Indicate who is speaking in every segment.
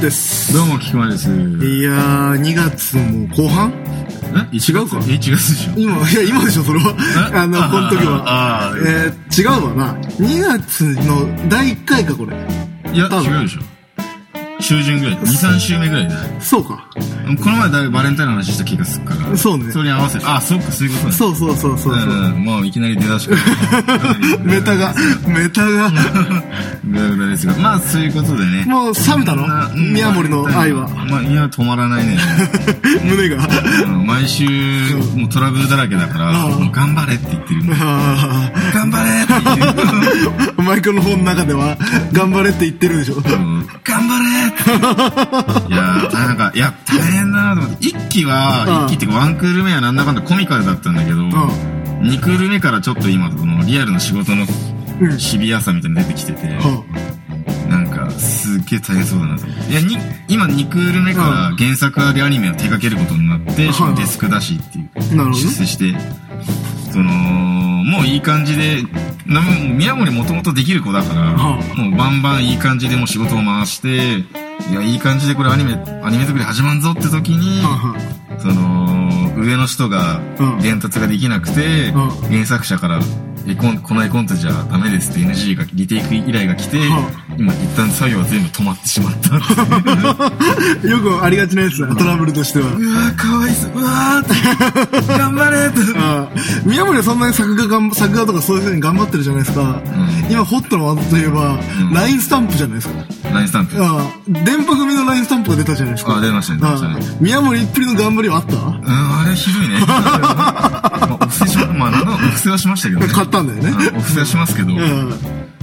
Speaker 1: です。
Speaker 2: どうも、菊間です。
Speaker 1: いやー、2月も後半
Speaker 2: え違うかえ、違うでしょ
Speaker 1: 今、いや、今でしょ、それは。あの、この時は。
Speaker 2: ああー、
Speaker 1: えー、違うわな。2月の第1回か、これ。
Speaker 2: いや、
Speaker 1: 多分
Speaker 2: 違うでしょ。中旬ぐらい。2、3週目ぐらいだ。
Speaker 1: そうか。
Speaker 2: この前だいぶバレンタインの話した気がするから。
Speaker 1: そうね
Speaker 2: それに合わせて。あ、そっか、そういうことね。
Speaker 1: そうそうそうそう。そう
Speaker 2: うん、もういきなり出だしから。
Speaker 1: メタが、メタが、
Speaker 2: ぐだぐだですが。 まあ、そういうことでね。
Speaker 1: もう冷めたの
Speaker 2: なうん
Speaker 1: 宮森の愛は。
Speaker 2: まあ、いや、止まらな いね。
Speaker 1: 胸が。
Speaker 2: うん毎週、もうトラブルだらけだから、
Speaker 1: うん
Speaker 2: もう頑張れって言ってる。
Speaker 1: あ
Speaker 2: 頑張れって言ってる。
Speaker 1: ーマイクの本の中では、頑張れって言ってるでしょ。
Speaker 2: うん頑 張れいやーなんか、いや、大変だなと思って、一期
Speaker 1: うん
Speaker 2: は、一期っていうか、ワンクール目はなんだかんだコミカルだったんだけど、二、クール目からちょっと今、このリアルの仕事の
Speaker 1: うん。
Speaker 2: シビアさみたいに出てきてて、
Speaker 1: は
Speaker 2: なんか、すっげえ大変そうだなと思って。いや、に、今二クール目から原作でアニメを手掛けることになって、しかもデスクだしっていう。
Speaker 1: あなるほどね
Speaker 2: 出。世して、その、もういい感じで、なもう宮森もともとできる子だから、
Speaker 1: はあ
Speaker 2: もうバンバンいい感じでもう仕事を回して、いや、いい感じでこれアニメ、アニメ作り始まんぞって時に、
Speaker 1: は
Speaker 2: その、上の人が
Speaker 1: うん
Speaker 2: 伝達ができなくて、
Speaker 1: うん
Speaker 2: 原作者から、絵コンこの絵コンテじゃダメですって NG が、リテイク依頼が来て、
Speaker 1: は
Speaker 2: 今一旦作業は全部止まってしまったって いう
Speaker 1: はよくありがちなやつだ、トラブルとしては。
Speaker 2: うわーかわいそう、うわーって、頑張れ って。
Speaker 1: ああ宮森はそんなに作画がん作画とかそういう風に頑張ってるじゃないですか。
Speaker 2: ん
Speaker 1: 今、ホットのワードといえば、
Speaker 2: ん
Speaker 1: ラインスタンプじゃないですか。
Speaker 2: ラインスタンプ。
Speaker 1: ああ電波組のラインスタンプが出たじゃないですか。
Speaker 2: あ、出ましたね、出ました
Speaker 1: あ
Speaker 2: ね。
Speaker 1: あ宮森っぷりの頑張りはあった
Speaker 2: うん、あれひどいね。まあ、お布施しま、まあ、なんだお布施はしましたけどね。
Speaker 1: 買ったんだよね。
Speaker 2: うんお布施はしますけど、
Speaker 1: うん。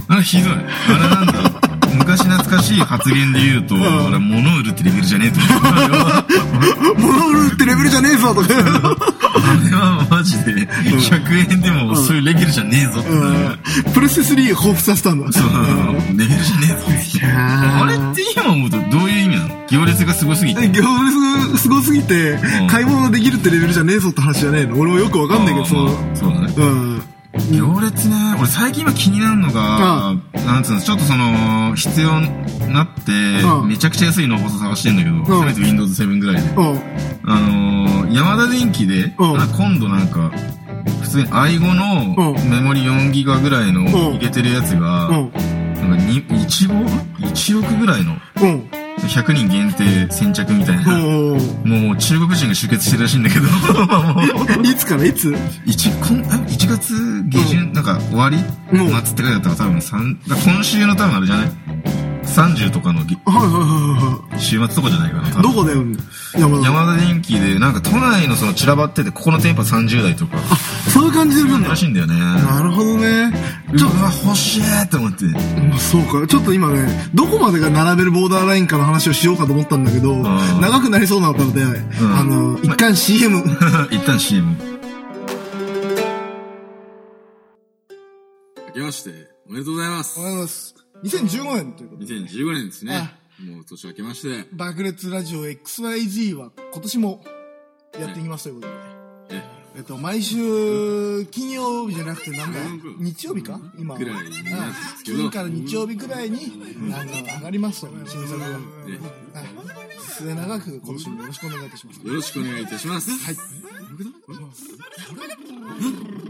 Speaker 2: あれひどい。あれなんだ昔懐かしい発言で言うと、あれ物売るってレベルじゃねえと思う。あれは、
Speaker 1: 物売るってレベルじゃねえぞとか。
Speaker 2: あれはマジで、100円でもそういうレベルじゃねえぞって。
Speaker 1: うんプレステ3を抱負させたんだ。
Speaker 2: そうレベルじゃねえぞ。
Speaker 1: あ
Speaker 2: あれって今思うとどういう意味なの行列がすごすぎ
Speaker 1: 行
Speaker 2: て。
Speaker 1: 列すごすぎて
Speaker 2: ん、
Speaker 1: 買い物できるってレベルじゃねえぞって話じゃねえの。俺もよくわかんないけど、そ
Speaker 2: あ
Speaker 1: の、
Speaker 2: まあそうだね。
Speaker 1: うん。
Speaker 2: 行列ね俺最近今気になるのが、なんつうのちょっとその必要になって、
Speaker 1: ん
Speaker 2: めちゃくちゃ安いのを探してんだけど、せめて Windows7 ぐらいで、
Speaker 1: うん。
Speaker 2: あのー、ヤマダ電機で、
Speaker 1: うん
Speaker 2: な今度なんか普通に i5 の
Speaker 1: うん
Speaker 2: メモリ4ギガぐらいの
Speaker 1: うん
Speaker 2: いけてるやつが、
Speaker 1: うん。
Speaker 2: なんかに1億 ?1 億ぐらいの
Speaker 1: うん。
Speaker 2: 100人限定先着みたいな、
Speaker 1: うん。
Speaker 2: もう中国人が集結してるらしいん だけど
Speaker 1: いつからいつ
Speaker 2: 一こんあ一月下旬、なんか終わり、
Speaker 1: うん
Speaker 2: 末って書いてあったから多分三だから今週の多分あれじゃない ?30 とかのぎ
Speaker 1: はいはいはいは
Speaker 2: 週末とかじゃないかな多
Speaker 1: い。ど
Speaker 2: 分
Speaker 1: こだよ、山田。
Speaker 2: 山田電機でなんか都内のその散らばっててここの店舗30代とか
Speaker 1: そういう感じでなんだ
Speaker 2: ら。しいんだよね
Speaker 1: なるほどね。
Speaker 2: ち
Speaker 1: ち
Speaker 2: ょ
Speaker 1: ょ
Speaker 2: っと欲しいって思って
Speaker 1: まあそうか。ちょっと今ね、どこまでが並べるボーダーラインかの話をしようかと思ったんだけど、長くなりそうなので、あの、一旦 CM。
Speaker 2: 一旦 CM 明けましておめでとうございます
Speaker 1: ざいます。2015年ということで、
Speaker 2: 2015年です
Speaker 1: あ
Speaker 2: もう年明けまして
Speaker 1: 爆裂ラジオ XYZ は今年もやっていきますということで。
Speaker 2: え
Speaker 1: えっと、毎週、金曜日じゃなくて、なんだ
Speaker 2: うん、
Speaker 1: 日曜日か今は。
Speaker 2: ぐらいになるんですけど
Speaker 1: 金から日曜日くらいに、あの、上がりますと、新作が。はい末永く今年もよろしくお願いいたします。
Speaker 3: よろしくお願いいたします。
Speaker 1: はい。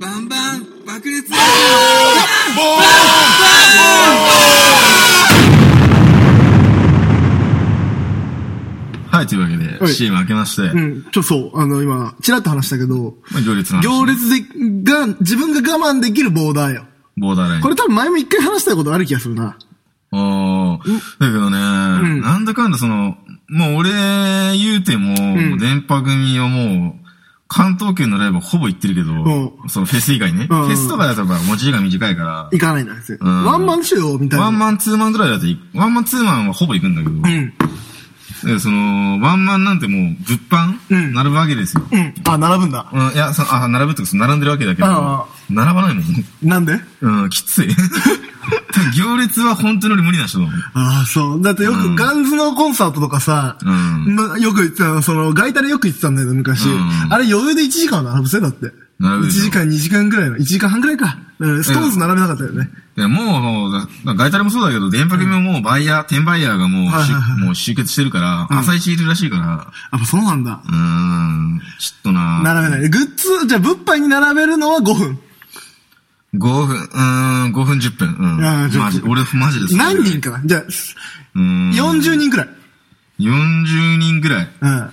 Speaker 3: バンバン爆裂
Speaker 2: はいというわけで、
Speaker 1: はい
Speaker 2: CM 明けまして、
Speaker 1: うん、ちょ、そう、あの、今、ちらっと話したけど、
Speaker 2: まあ行列の話
Speaker 1: 行列で、が、自分が我慢できるボーダーよ。
Speaker 2: ボーダーライン
Speaker 1: これ多分前も一回話したことある気がするな。
Speaker 2: ああ、だけどね、
Speaker 1: ん
Speaker 2: なんだかんだその、もう俺言うても、電波組はもう、関東圏のライブはほぼ行ってるけど、
Speaker 1: う
Speaker 2: そのフェス以外ね。
Speaker 1: うん
Speaker 2: フェスとかだとやっぱ持ち時間短いか
Speaker 1: 行かないんだよ、別に
Speaker 2: ん
Speaker 1: ワンマンしよう、みたい
Speaker 2: ら、
Speaker 1: な。
Speaker 2: ワンマン、ツーマンぐらいだとい、ワンマン、ツーマンはほぼ行くんだけど、
Speaker 1: うん。
Speaker 2: だけどその、ワンマンなんてもう、物販、
Speaker 1: うん
Speaker 2: 並ぶわけですよ。
Speaker 1: うん。あ、並ぶんだ。
Speaker 2: うん、いや、その、あ、並ぶってか、その並んでるわけだけど
Speaker 1: あ、
Speaker 2: 並ばないのに。
Speaker 1: なんで
Speaker 2: うん、きつい。 行列は本当に俺無理な人だもん。
Speaker 1: ああ、そう。だってよく、ガンズのコンサートとかさ、
Speaker 2: うん
Speaker 1: なよく言ってたの、その、ガイタレよく言ってたんだけど、昔。
Speaker 2: うん
Speaker 1: あれ余裕で1時間並ぶせだって。
Speaker 2: 並ぶ
Speaker 1: 1
Speaker 2: でしょ
Speaker 1: 時間2時間ぐらいの、1時間半ぐらいか。だからストーンズ並べなかったよね。
Speaker 2: いや、もう、だだガイタレもそうだけど、電波組ももうバイヤー、転売ヤーがもう、
Speaker 1: はいはいはい
Speaker 2: しもう集結してるから、
Speaker 1: ん
Speaker 2: 朝一いるらしいから、
Speaker 1: あ、そうなんだ。
Speaker 2: うーん、ちょっとな
Speaker 1: 並べない。グッズ、じゃあ物販に並べるのは5分。
Speaker 2: 5分、うーん、5分10分。うん。
Speaker 1: あーちょっと
Speaker 2: マジ、俺、マジです。
Speaker 1: 何人かなじゃあ、
Speaker 2: うーん。
Speaker 1: 40人くらい。
Speaker 2: 40人ぐらい。
Speaker 1: うん。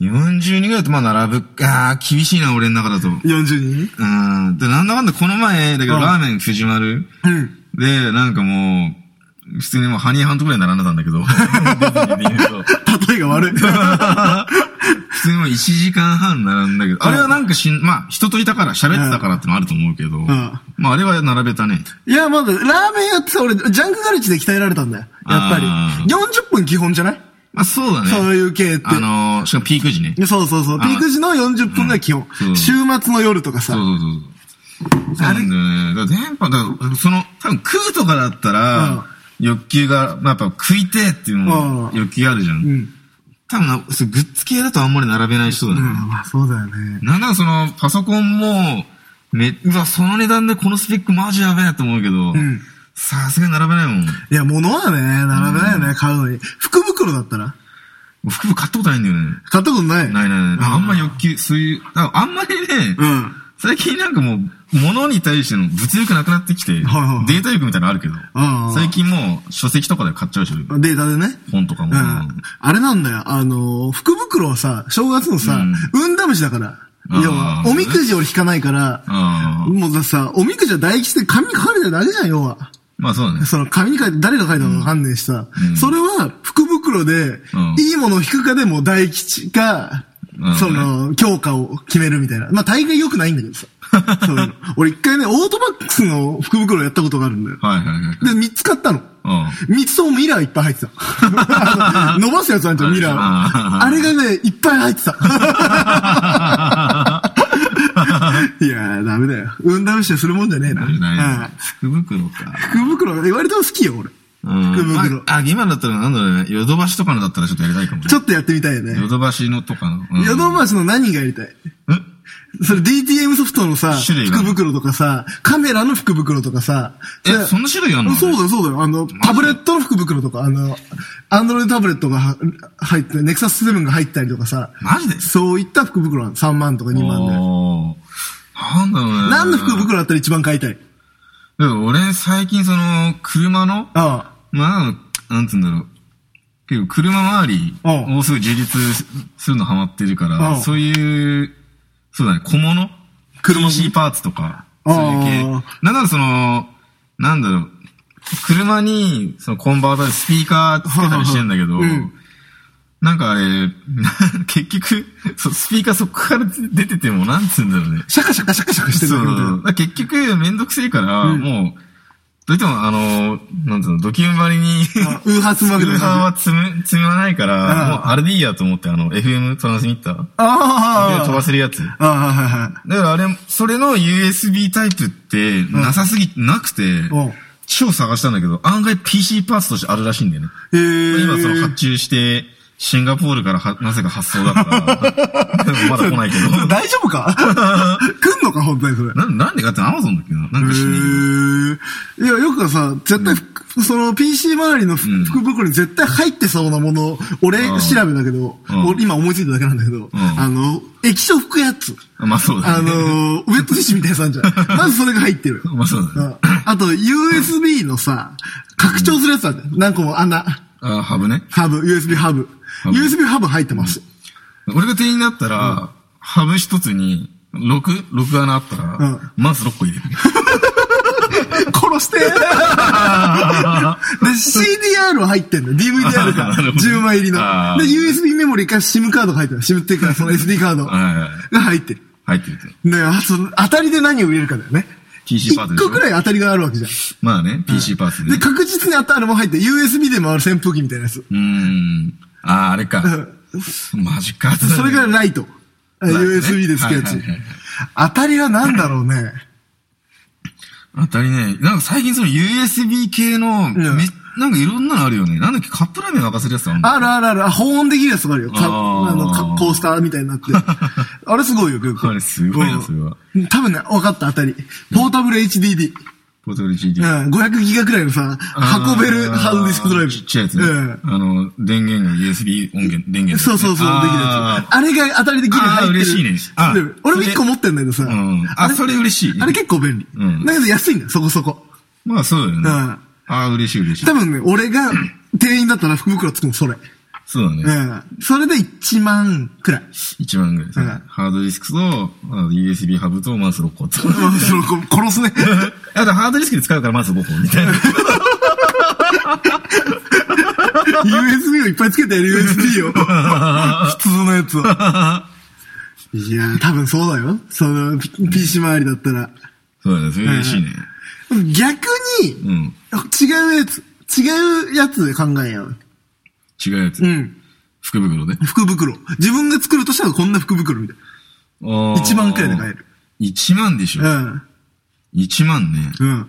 Speaker 2: 40人ぐらいと、まあ、並ぶ。あー、厳しいな、俺の中だと。う
Speaker 1: 40人
Speaker 2: ーん。で、なんだかんだ、この前、だけど、
Speaker 1: うん
Speaker 2: ラーメン藤丸。
Speaker 1: うん。
Speaker 2: で、なんかもう、普通にもう、ハニーハントぐらい並んでたん だけど。
Speaker 1: 例えが悪い。
Speaker 2: 普通にもう1時間半並んだけど、あれはなんかしん、まあ、人といたから、喋ってたからってのあると思うけど、まあ、あれは並べたね。
Speaker 1: いや、まだ、ラーメンやってさ、俺、ジャンクガレッジで鍛えられたんだよ。やっぱり
Speaker 2: あ。
Speaker 1: 40分基本じゃない
Speaker 2: まあ、そうだね。
Speaker 1: そういう系って。
Speaker 2: あのー、しかもピーク時ね。
Speaker 1: そうそうそう。
Speaker 2: あ
Speaker 1: ピーク時の40分が基本
Speaker 2: う。ん
Speaker 1: 週末の夜とか
Speaker 2: そ
Speaker 1: さ
Speaker 2: う。そうそうそう。そうなんだよね。だから電波、だからその、多分食うとかだったら、欲求が、まあ、やっぱ食いてえっていうのも
Speaker 1: うん
Speaker 2: 欲求あるじゃん。
Speaker 1: うん。
Speaker 2: 多分な、そうグッズ系だとあんまり並べない人だね。
Speaker 1: あまあ、そうだよね。
Speaker 2: なんならその、パソコンも、め、うわ、その値段でこのスペックマジやべえと思うけど
Speaker 1: ん、
Speaker 2: さすがに並べないもん。
Speaker 1: いや、物はね、並べないよね、買うのに。福袋だったら
Speaker 2: 服買ったことないんだよね。
Speaker 1: 買ったことない。
Speaker 2: ないないない。あんま欲求、そういう、ああんまりね、
Speaker 1: うん。
Speaker 2: 最近なんかもう、物に対しての物欲なくなってきて、デ
Speaker 1: はい
Speaker 2: ータ欲みたいなのあるけど
Speaker 1: うん、
Speaker 2: 最近もう書籍とかで買っちゃうし、
Speaker 1: データでね。
Speaker 2: 本とかも
Speaker 1: う。ん。あれなんだよ。あのー、福袋はさ、正月のさ
Speaker 2: うん、
Speaker 1: 運試しだから。
Speaker 2: あー
Speaker 1: 要は、おみくじ俺引かないから、
Speaker 2: あー
Speaker 1: もうさ、おみくじは大吉で紙に書かれてるだけじゃん、要は。
Speaker 2: まあそうだね。
Speaker 1: その紙に書いて、誰が書いたのか判断した。
Speaker 2: ん
Speaker 1: それは、福袋で、いいものを引くかでも大吉か、
Speaker 2: うん
Speaker 1: その、強化を決めるみたいな。まあ、大概良くないんだけどさ。 そういうの俺一回ね、オートバックスの福袋やったことがあるんだよ。
Speaker 2: はいはいは
Speaker 1: で、
Speaker 2: い。
Speaker 1: 三つ買ったの。
Speaker 2: うん
Speaker 1: 三つともミラーいっぱい入ってた。 あの伸ばすやつなんてミラー。
Speaker 2: あー
Speaker 1: あれがね、いっぱい入って た。いやー、ダメだよ。運試しはするもんじゃねえな。
Speaker 2: な
Speaker 1: はい
Speaker 2: い福袋か。
Speaker 1: 福袋、割と好きよ、俺。
Speaker 2: うん
Speaker 1: 福袋
Speaker 2: まあ、あ今だったらなんだろうね、ヨドバシとかのだったらちょっとやりたいかもね
Speaker 1: ちょっとやってみたいよね
Speaker 2: ヨ。ドバシのとかの。うん
Speaker 1: ヨドバシの何がやりたい
Speaker 2: うん
Speaker 1: それ DTM ソフトのさ、福
Speaker 2: 種類が
Speaker 1: 袋とかさ、カメラの福袋とかさ。
Speaker 2: え、そんな種類あんの
Speaker 1: そうだよ、そうだよ。あの、タブレットの福袋とか、あの、アンドロイドタブレットがは入って、ネクサス7が入ったりとかさ、
Speaker 2: マジで
Speaker 1: そういった福袋なの。3万とか2万で。
Speaker 2: おーなんだろうね。
Speaker 1: 何の福袋だったら一番買いたい
Speaker 2: でも俺最近その、車の、
Speaker 1: あ
Speaker 2: まあ、なんつうんだろう。結構車周り
Speaker 1: うん
Speaker 2: をすごい充実するのハマってるか
Speaker 1: う
Speaker 2: ら、
Speaker 1: ん
Speaker 2: そういう、そうだね、小物
Speaker 1: 車
Speaker 2: ?PC パーツとか、
Speaker 1: あー
Speaker 2: そういう系。なんならその、なんだろう。車に、そのコンバーターでスピーカーつけたりしてんだけど、
Speaker 1: うん
Speaker 2: なんかあれ、 結局、そうスピーカーそこから出てても、なんつうんだろうね。
Speaker 1: シャカシャカシャカシャカしてる
Speaker 2: そ
Speaker 1: だけみたいな
Speaker 2: う。結局、めんどくせえから、もう、どういっても、あの、なんつうの、ドキュン張り に、
Speaker 1: あウーハーつま
Speaker 2: ウ
Speaker 1: ぐ
Speaker 2: ー
Speaker 1: る
Speaker 2: ハーは積む、積まないから、
Speaker 1: うん
Speaker 2: もうあれでいいやと思って、あの、FM トランスミッター。
Speaker 1: あー
Speaker 2: 飛ばせるやつ。だ
Speaker 1: あー、はいはいはい。
Speaker 2: からあれ、それの USB タイプって、なさすぎ、なくて
Speaker 1: うん、
Speaker 2: 超探したんだけど、案外 PC パーツとしてあるらしいんだよね。
Speaker 1: えー、
Speaker 2: 今その発注して、シンガポールからはなぜか発送だ から、でもまだ来ないけ
Speaker 1: それ
Speaker 2: ど。
Speaker 1: 大丈夫か 来んのか、本当にそれ。へ
Speaker 2: ななんでかってアマゾンだっけななんかしに。
Speaker 1: ー。いや、よくさ、絶対、その PC 周りの
Speaker 2: うん
Speaker 1: 福袋に絶対入ってそうなもの、俺
Speaker 2: うん
Speaker 1: 調べだけど、
Speaker 2: うん
Speaker 1: 俺今思いついただけなんだけど、あの、液晶拭くやつ。
Speaker 2: まあそう
Speaker 1: あ
Speaker 2: だね。
Speaker 1: の、ウェットティッシュみたいなやつあんじゃん。まずそれが入ってる。
Speaker 2: まあ そう
Speaker 1: う
Speaker 2: だね。
Speaker 1: んあと、USB のさ、拡張するやつあるじゃん。何個も穴、
Speaker 2: あ、ハブね。
Speaker 1: ハブ、USB ハブ。
Speaker 2: ブ
Speaker 1: USB ハブ入ってます。
Speaker 2: 俺が店員だったら、ハブ一つに、六六穴あった
Speaker 1: うん
Speaker 2: ら、まず六 個入れる。
Speaker 1: 殺してで、CDR は入ってんだよ。DVDR が
Speaker 2: なるほど
Speaker 1: 10枚入りの。
Speaker 2: あー
Speaker 1: で、USB メモリーか SIM カードが入ってる。SIM っていうか、その SD カードが
Speaker 2: はいはい
Speaker 1: 入ってる。
Speaker 2: 入ってると。
Speaker 1: で、あと、当たりで何を入れるかだよね。
Speaker 2: PC
Speaker 1: 一
Speaker 2: パーツでしょ
Speaker 1: 個くらい当たりがあるわけじゃん。
Speaker 2: まあね、PC パーツでね。
Speaker 1: で、確実に当たるも入って、USB で回る扇風機みた いなやつ。
Speaker 2: うーん。あー、あれか。マジか。
Speaker 1: それがライト。あ
Speaker 2: イトね
Speaker 1: USB でつくや
Speaker 2: はい
Speaker 1: つ
Speaker 2: はいはい。
Speaker 1: 当たりは何だろうね。
Speaker 2: 当たりね。なんか最近その USB 系の、め
Speaker 1: ん、
Speaker 2: なんかいろんなのあるよね。なんだっけ、カップラーメン沸かせるやつあんの
Speaker 1: あるあるある。あ保温できるやつがあるよ。か
Speaker 2: あー
Speaker 1: あの、かコースターみたい になって。あれすごいよ、結構。
Speaker 2: あれすごいな、それは。
Speaker 1: うん多分ね、分かった、当たり。ポータブル HDD。
Speaker 2: ポートル CD。
Speaker 1: うん、500ギガくらいのさ、運べるハードディスクドライブ。
Speaker 2: ちっちゃいやつね。
Speaker 1: うん。
Speaker 2: あの、電源が USB 音源、電源、
Speaker 1: そうそうそう、できるや
Speaker 2: あ
Speaker 1: つ。あれが当たりできる入ってる。
Speaker 2: あー嬉しいねあ
Speaker 1: でも俺も一個持ってんだけどさ。
Speaker 2: ーうん。あ、それ嬉しい。
Speaker 1: あれ結構便利。
Speaker 2: うん
Speaker 1: だけど安いんだよ、そこそこ。
Speaker 2: まあそうだよね。
Speaker 1: うん
Speaker 2: ああ、嬉しい嬉しい
Speaker 1: 多。分ね、俺が店員だったら福袋つくの、それ。
Speaker 2: そう
Speaker 1: う
Speaker 2: だね。
Speaker 1: ん。それで1万く らい。
Speaker 2: 1万ぐらいですね。
Speaker 1: うん
Speaker 2: ハードディスクと、あの USB ハブとマウス6個と。
Speaker 1: まあそのこ殺すね。
Speaker 2: あとハードディスクで使うからマウス5本みたいな。
Speaker 1: USB をいっぱいつけてやる USB を。普通のやつ を。いやー、多分そうだよ。その、P- PC 周りだったら。
Speaker 2: そうだね、それ嬉しいね。
Speaker 1: 逆に、
Speaker 2: うん。
Speaker 1: 違うやつ、違うやつで考えよう。
Speaker 2: 違うやつ。
Speaker 1: うん。
Speaker 2: 福袋で。
Speaker 1: 福袋。自分が作るとしたらこんな福袋みたい
Speaker 2: 1
Speaker 1: 1万くらいで買える。
Speaker 2: 1万でしょ。
Speaker 1: な。
Speaker 2: 1万ね。
Speaker 1: うん。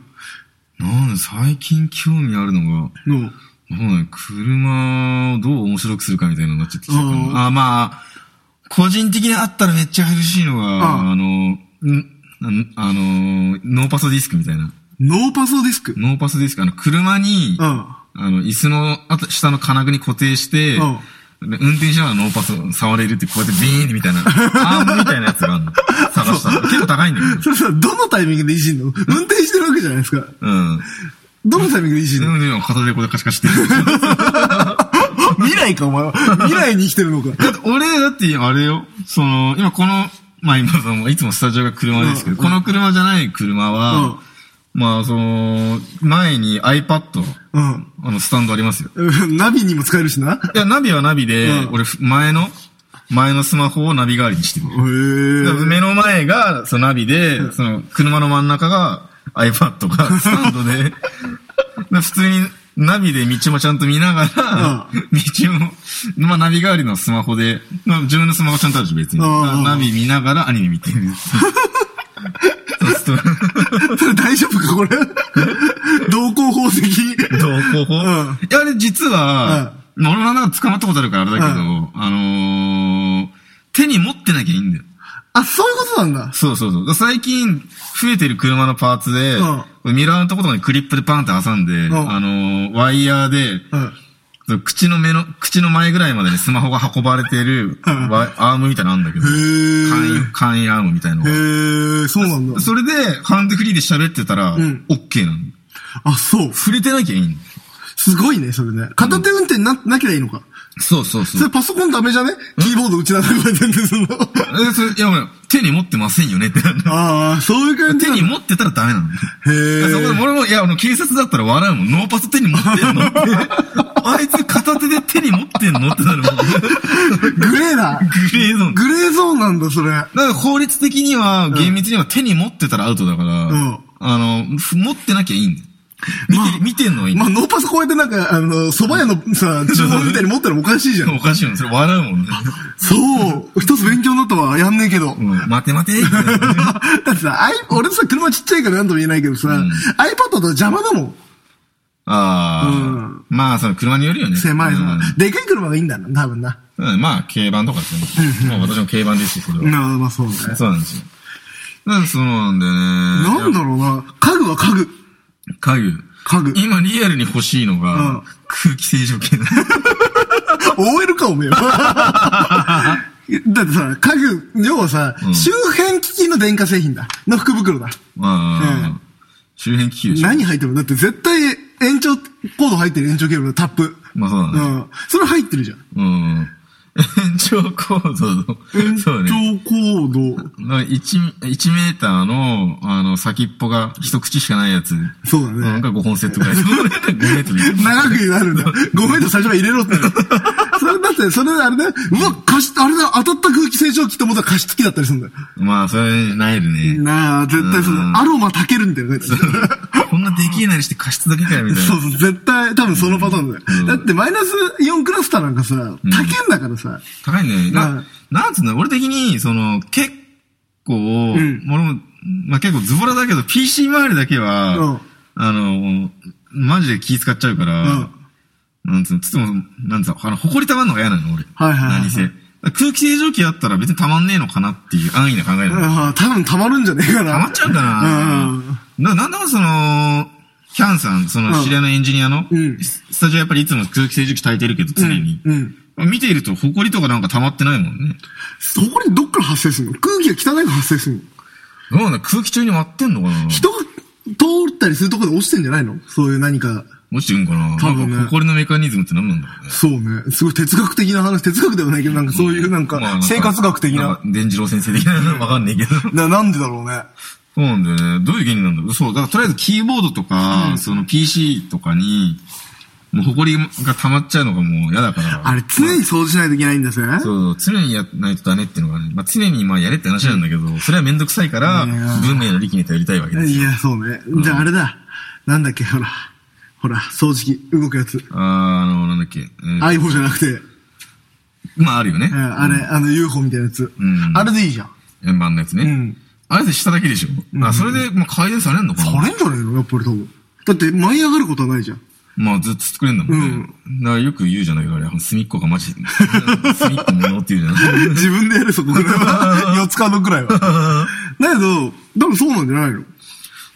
Speaker 2: なんで最近興味あるのが、
Speaker 1: うん。の、
Speaker 2: そうね、車をどう面白くするかみたいなのになっちゃってきちゃった
Speaker 1: うん
Speaker 2: なあ、まあ、個人的にあったらめっちゃ嬉しいのが、
Speaker 1: ん
Speaker 2: あの、ん、なんあの、ノーパソディスクみたいな。
Speaker 1: ノーパソディスク。
Speaker 2: ノーパソディスク、あの、車に、
Speaker 1: うん。
Speaker 2: あの、椅子の後下の金具に固定して、で運転しながらノーパス触れるって、こうやってビーンってみたいな、アームみたいなやつがある の。探したの。結構高いんだけ
Speaker 1: それさ、どのタイミングでいじんの運転してるわけじゃないですか。
Speaker 2: ど。うん。
Speaker 1: どのタイミングでいじん
Speaker 2: で
Speaker 1: の
Speaker 2: もでも片手でこうやってカチカチって。
Speaker 1: 未来か、お前は。未来に生きてるのか。
Speaker 2: 俺、だって、あれよ、その、今この、まあ今その、いつもスタジオが車ですけど、
Speaker 1: うん
Speaker 2: この車じゃない車は、まあその、前に iPad、
Speaker 1: うん。
Speaker 2: あの、スタンドありますよ。
Speaker 1: うん。ナビにも使えるしな。
Speaker 2: いや、ナビはナビで、
Speaker 1: うん
Speaker 2: 俺、前の、前のスマホをナビ代わりにしてる。
Speaker 1: へー。
Speaker 2: 目の前が、そのナビで、その、車の真ん中が iPad がスタンドで、普通にナビで道もちゃんと見ながら、道も、まあナビ代わりのスマホで、まあ自分のスマホちゃんとあるし別
Speaker 1: う
Speaker 2: に。
Speaker 1: んうん
Speaker 2: ナビ見ながらアニメ見て る。そうすると、
Speaker 1: それ大丈夫か、こ れ。同行法的に。
Speaker 2: 同候補、
Speaker 1: ん
Speaker 2: いや、あれ実は、まあ俺もなんか捕まったことあるからあれだけど、あのー手に持ってなきゃいいんだよ。
Speaker 1: あ、そういうことなんだ。
Speaker 2: そうそうそう。だから最近、増えてる車のパーツで、
Speaker 1: うん
Speaker 2: これミラーのところにクリップでパンって挟んで、
Speaker 1: ん
Speaker 2: あのーワイヤーで、
Speaker 1: うん。
Speaker 2: その口の目の、口の前ぐらいまでにスマホが運ばれてる、
Speaker 1: うん
Speaker 2: ワイアームみたいなのあるんだけど、簡
Speaker 1: へ
Speaker 2: 易、簡易アームみたいなの
Speaker 1: え。
Speaker 2: が。
Speaker 1: へえ、そうなんだ。
Speaker 2: それで、ハンドフリーで喋ってたら、オ
Speaker 1: ん
Speaker 2: ッケーなの。
Speaker 1: あ、そう。
Speaker 2: 触れてなきゃいいの。
Speaker 1: すごいね、それね。片手運転な、なきゃいいのか。
Speaker 2: そうそう
Speaker 1: そ
Speaker 2: そ
Speaker 1: れ
Speaker 2: う。
Speaker 1: パソコンダメじゃねキーボード打ちながらこうやってやってその。
Speaker 2: え、それ、いや、ほら手に持ってませんよねってなる。
Speaker 1: ああ、そういう感じ
Speaker 2: 手
Speaker 1: なんだ
Speaker 2: に持ってたらダメなの。
Speaker 1: へえ。
Speaker 2: そこで俺も、いや、あの、警察だったら笑うもん。ノーパス手に持って んのって。あいつ片手で手に持ってんのってなるもん。グ
Speaker 1: グレーだ。
Speaker 2: レーゾーン。だ
Speaker 1: グレーゾーンなんだ、それ。あ
Speaker 2: から法律的には、厳密には手に持ってたらアウトだから、
Speaker 1: うん
Speaker 2: あの、ふ持ってなきゃいいんだよ。見て、
Speaker 1: まあ
Speaker 2: 見てんのはいいんだ
Speaker 1: ま
Speaker 2: よ
Speaker 1: あ、ノーパスこうやってなんか、あの、蕎麦屋のさ、厨房みたいに持ったらおかしいじゃん。
Speaker 2: おかしいもん。それ笑うもんね。
Speaker 1: そう。一つ勉強になったわ。やんねえけど。
Speaker 2: うん待て待て。みたいな
Speaker 1: だってさ、アイ俺さ、車ちっちゃいからなんとも言えないけどさ、iPad だと邪魔だもん。
Speaker 2: ああ。まあ、その車によるよね。
Speaker 1: 狭いの
Speaker 2: う
Speaker 1: は
Speaker 2: ん。
Speaker 1: でかい車がいいんだな、多分な。
Speaker 2: うんまあ、軽バンとかですね。まあ、私も軽バンですし、それは。
Speaker 1: なあ、まあそうね。
Speaker 2: そうなんですよ。なんでそうなんだよね。
Speaker 1: なんだろうな。家具は家具。
Speaker 2: 家具。
Speaker 1: 家具。
Speaker 2: 今リアルに欲しいのが、
Speaker 1: うん
Speaker 2: 空気清浄機。
Speaker 1: OL か、おめえは。 だってさ、家具、要はさ、
Speaker 2: ん
Speaker 1: 周辺機器の電化製品だ。の福袋だ。
Speaker 2: ま
Speaker 1: う
Speaker 2: あ、周辺機器でしょ。
Speaker 1: 何入ってるのだって絶対延長、コード入ってる延長ケーブルのタップ。
Speaker 2: まあそう
Speaker 1: う
Speaker 2: だね。
Speaker 1: ん。それ入ってるじゃん。
Speaker 2: うん。延長コードの、
Speaker 1: 延長
Speaker 2: そうね。
Speaker 1: コード。
Speaker 2: 1, 1メーターの、あの、先っぽが一口しかないやつ。
Speaker 1: そうだね
Speaker 2: なんか5本セット ぐらい。なんか5メートルみたいな。
Speaker 1: 長くなるんだ。ごめんと最初は入れろって。それだって、それあれね、うわ、加湿、あれだ、当たった空気清浄機って思ったら加湿器だったりするんだよ。
Speaker 2: まあ、それ、なえるね。
Speaker 1: なあ、絶対そう
Speaker 2: う
Speaker 1: だ。
Speaker 2: ん
Speaker 1: アロマ炊けるみたいなの書いてある。
Speaker 2: こんなできえなりして加湿だけかよ、みたいな。
Speaker 1: そうそう、絶対、多分そのパターンだよ。
Speaker 2: ん
Speaker 1: だってマイナス4クラスターなんかさ、炊けんだからさ、
Speaker 2: 高いね。
Speaker 1: う、
Speaker 2: なんなんつうんだ、俺的に、その、結構、
Speaker 1: ん
Speaker 2: 俺も、まあ、結構ズボラだけど、PC 周りだけは、
Speaker 1: うん
Speaker 2: あの、マジで気使っちゃうから、
Speaker 1: うん
Speaker 2: なんつうの、つつも、なんつうの、あの、誇りたまんのが嫌なの、俺。
Speaker 1: はいはいはい
Speaker 2: 何せ。空気清浄機あったら別にたまんねえのかなっ ていう安易な考えなの。
Speaker 1: ああ、多分溜まるんじゃねえかな。
Speaker 2: たまっちゃうかな、な、なんだかその、キャンさん、その
Speaker 1: うん
Speaker 2: 知り合いのエンジニアの、
Speaker 1: うん
Speaker 2: ススタジオやっぱりいつも空気清浄機焚いてるけど、常に。
Speaker 1: うんうん
Speaker 2: 見ていると、埃とかなんか溜まってないもんね。
Speaker 1: そこにどっから発生するの空気が汚いから発生するの
Speaker 2: どうなんだ空気中に割ってんのかな
Speaker 1: 人が通ったりするところで落ちてんじゃないのそういう何か。
Speaker 2: 落ちてるんかな
Speaker 1: 多分ね
Speaker 2: なんか、埃のメカニズムって何なんだろうね。
Speaker 1: そうね。すごい哲学的な話、哲学ではないけど、なんかそういうなん
Speaker 2: まあ
Speaker 1: か、生活学的
Speaker 2: ん
Speaker 1: な
Speaker 2: か。伝次郎先生的 なのわかんねえけど。
Speaker 1: な、なんでだろうね。
Speaker 2: そうなんだよね。どういう原理なんだろう。そう、だからとりあえずキーボードとか、その PC とかに、もう埃が溜まっちゃうのがもう嫌だから。
Speaker 1: あれ、常に掃除しないといけないんですよね。
Speaker 2: そう、常にやらないとダメっていうのがね、まあ常にまあやれって話なんだけど、それはめんどくさいから、
Speaker 1: いやー
Speaker 2: 文明の利器に頼りたいわけです。
Speaker 1: いや、そうね。じゃああれだ。なんだっけ、ほら。ほら、掃除機、動くやつ。
Speaker 2: あー、あの、なんだっけ。えー
Speaker 1: iPhone じゃなくて、
Speaker 2: まああるよね
Speaker 1: え。ーあれ、あの UFO みたいなやつ
Speaker 2: ん。
Speaker 1: あれでいいじゃん。
Speaker 2: 円盤のやつね。
Speaker 1: うん
Speaker 2: あれで下だけでしょ。あ、それで、まあ改善されんのかな
Speaker 1: あれんじゃねえのやっぱり多分。だって、舞い上がることはないじゃん。
Speaker 2: まあずっと作れんだもんね。だからよく言うじゃないか、あれ。隅っこがマジで。 隅っこものっていうじゃない。
Speaker 1: 自分でやる、そこぐらい は。四つ角くらいは。だけど、多分そうなんじゃないの